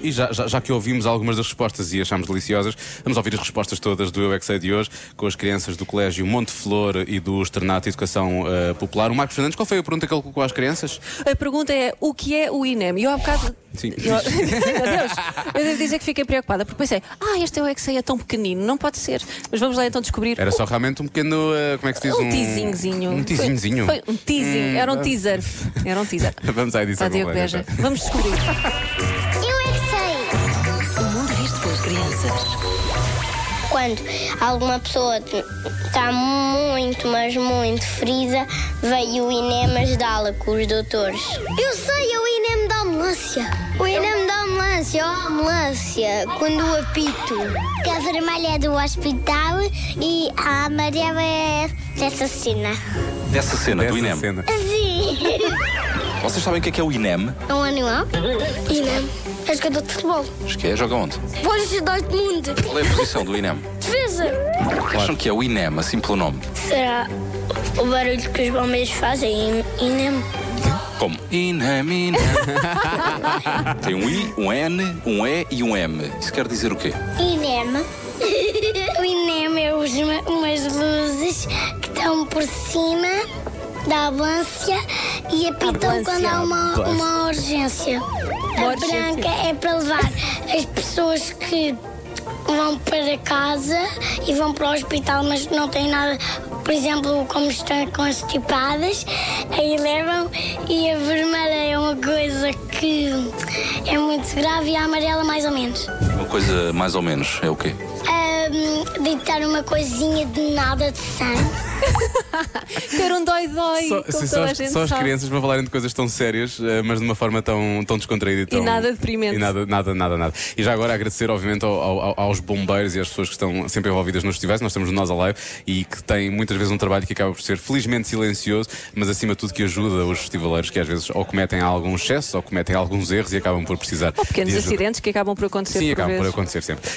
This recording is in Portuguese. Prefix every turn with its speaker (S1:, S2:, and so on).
S1: E já, já, já que ouvimos algumas das respostas e achámos deliciosas, vamos ouvir as respostas todas do Eu é Que Sei de hoje, com as crianças do Colégio Monte Flor e do Externato de Educação eh, Popular. O Marcos Fernandes, qual foi a pergunta que ele colocou às crianças?
S2: A pergunta é o que é o INEM? E eu há bocado.
S1: Sim.
S2: Eu, meu Deus, eu devo dizer que fiquei preocupada, porque pensei, ah, este eu é que sei, é tão pequenino, não pode ser. Mas vamos lá então descobrir.
S1: Era só realmente um pequeno. eh, como é que se diz?
S2: um teasingzinho.
S1: Um Hum. teasingzinho.
S2: Foi, foi um teasing, era um teaser. Era um teaser.
S1: Vamos à edição então.
S2: Pá, Diogo
S1: completa.
S2: Beja. Vamos descobrir.
S3: Eu é que sei.
S4: O mundo visto pelas crianças.
S3: Quando alguma pessoa está muito, mas muito ferida, veio o INEM ajudá-la com os doutores. Eu sei, é o INEM da ambulância. O INEM da ambulância, ó ambulância, quando o apito. Que a vermelha é do hospital e a amarela é dessa cena.
S5: Dessa cena
S1: Dessa
S5: é do INEM.
S1: cena.
S3: Sim.
S5: Vocês sabem o que é, que é o INEM?
S3: É um animal? INEM. É jogador de futebol.
S5: Acho que é. Joga onde?
S3: Pois dois do mundo.
S5: Qual é a posição do INEM?
S3: Defesa.
S5: Acham que é o INEM, assim pelo nome?
S3: Será o barulho que os bombeiros fazem e nem.
S5: Como? INEM, INEM. Tem um I, um N, um E e um M. Isso quer dizer o quê?
S3: INEM. O INEM é os- umas luzes que estão por cima da ambulância e apitam
S2: Ambulância.
S3: quando há uma, uma urgência. A
S2: urgência.
S3: branca é para levar as pessoas que vão para casa e vão para o hospital, mas não têm nada. Por exemplo, como estão constipadas, aí levam. E a vermelha é uma coisa que é muito grave e a amarela mais ou menos.
S5: Uma coisa mais ou menos. É o quê?
S3: Ahm, deitar uma coisinha de nada de sangue.
S2: Ter um dói-dói.
S1: Só,
S2: como
S1: sim,
S2: toda
S1: só
S2: a
S1: as-
S2: gente
S1: só as
S2: sabe.
S1: crianças para falarem de coisas tão sérias, eh, mas de uma forma tão, tão descontraída e tão.
S2: nada deprimente.
S1: E nada, nada, nada, nada. E já agora agradecer, obviamente, ao- ao- ao- aos bombeiros e às pessoas que estão sempre envolvidas nos festivais. Nós temos o Nós Alive e que têm muitas vezes um trabalho que acaba por ser felizmente silencioso, mas acima de tudo que ajuda os festivaleiros que às vezes ou cometem algum excesso ou cometem alguns erros e acabam por precisar.
S2: Ou Oh, pequenos
S1: de ajuda.
S2: acidentes que acabam por acontecer
S1: Sim,
S2: por
S1: acabam por
S2: vezes.
S1: acontecer sempre.